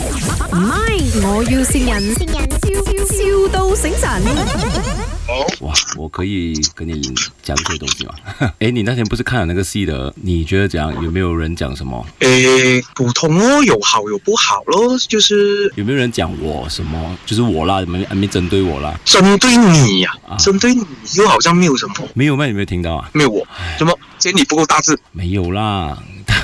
唔係，我要善人，笑笑到醒神。哇，我可以跟你讲这些东西吗？ 哎，你那天不是看了那个戏的？你觉得怎样？有没有人讲什么？诶，呃普通咯，有好有不好咯，就是有没有人讲我什么？就是我啦，没还没针对我啦？针对你呀、啊针对你又好像没有什么，没有吗？有没有听到啊？没有我，怎么今天你不够大志？没有啦。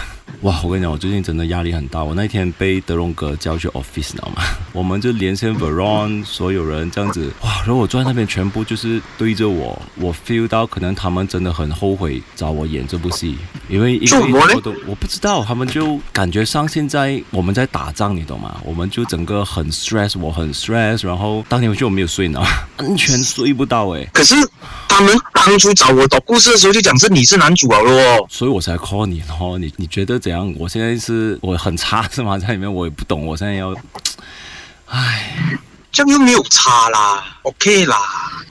哇，我跟你讲，我最近真的压力很大。我那天被德龙哥叫去 office，你知道吗？ 我们就连 线 Veron，所有人这样子。哇，然后我坐在那边，全部就是对着我，我 feel 到可能他们真的很后悔找我演这部戏，因为因做什为么呢我都我不知道，他们就感觉上现在我们在打仗，你懂吗？我们就整个很 stress，我很 stress，然后当天回去我没有睡呢， 完全睡不到诶、欸可是他们当初找我搞故事的时候就讲是你是男主角了哦。所以我才 call 你咯。你你觉得怎样？我现在是我很差是吗？ 在里面我也不懂，我现在要，唉，这样又没有差啦，OK 啦。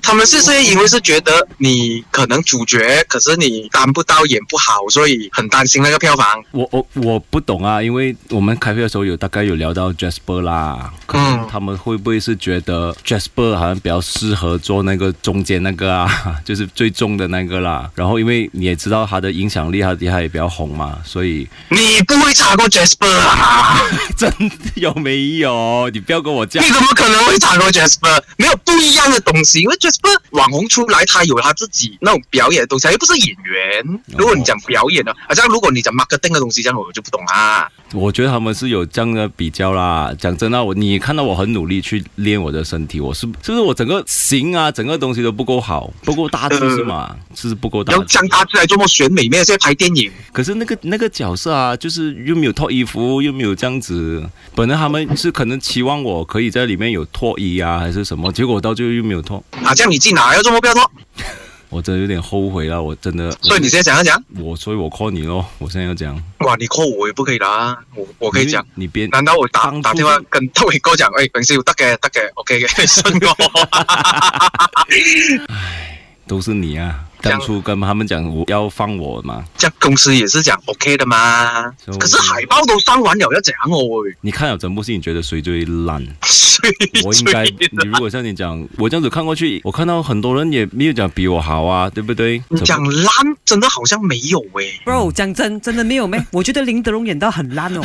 他们是是因为是觉得你可能主角，可是你当不到演不好，所以很担心那个票房。我我我不懂啊，因为我们开会的时候有大概有聊到 Jasper 啦，可能嗯他们会不会是觉得 Jasper 好像比较适合做那个中间那个啊， 就是最重的那个啦。然后因为你也知道他的影响力，他他也比较红嘛，所以 你不会查过 Jasper 啊？真的有没有？你不要跟我讲你。怎么可能会查过 Jasper？没有不一样的东西，因为 Jasper 网红出来，他有他自己那种表演的东西，他又不是演员。如果你讲表演的，哦好像如果你讲 marketing 的东西，这样我就不懂啊啦。我觉得他们是有这样的比较啦。讲真的，我你看到我很努力去练我的身体，我是是不是我整个型啊，整个东西都不够好，不够大致是吗？嗯是不够大要致将。他出来做么选美咩？现在拍电影，可是那个那个角色啊，就是又没有脱衣服，又没有这样子。本来他们是可能期望我可以在里面有脱衣啊，还是什么，结果到最后又没有脱，啊，这样你进哪要做么不要做？我真的有点后悔了。我真的，嗯所以你现在想要讲，我所以我 call 你咯，我现在要讲，哇，你 call 我也不可以啦，我我可以讲。你别难道我打当初打電話跟德榮哥講，誒、永少得嘅，得嘅，OK 嘅，你信我。都是你啊。当初跟他们讲我要放我嘛，即公司也是講 OK 的嘛。 So- 可是海報到生玩又一隻我喎，你看了整部戏，你觉得谁最 烂？所以我应该，所以你如果像你讲，我这样子看过去，我看到很多人也没有讲比我好啊，对不对？你怎么講爛真的好像沒有欸誒、 Bro，讲真，真的没有 咩？我觉得林德龙演到很烂哦。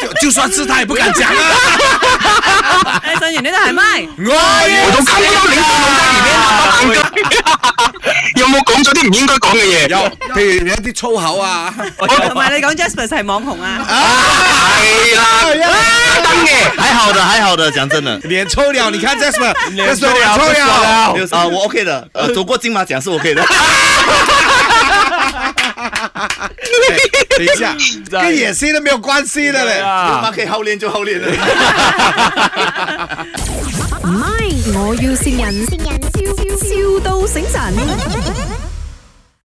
就就算是他也不敢讲啊！ 哎，真演你都系 咪？我我我都看不到你德龍在裡面啊，安哥。 有冇講咗啲唔應該講嘅嘢？有，譬如有一啲粗口啊，同埋你讲 Jasper 系网红啊，係啦，真嘅。还好的，还好的，讲真的。 脸臭了，你看 Jasper，Jasper 脸说臭欸哎了，啊，我 OK 的，呃，走过金马奖是 OK 的。 等一下，跟演戏都没有关系的嘞。干嘛可以好练就好练了。唔係，我要善人，笑笑到醒神。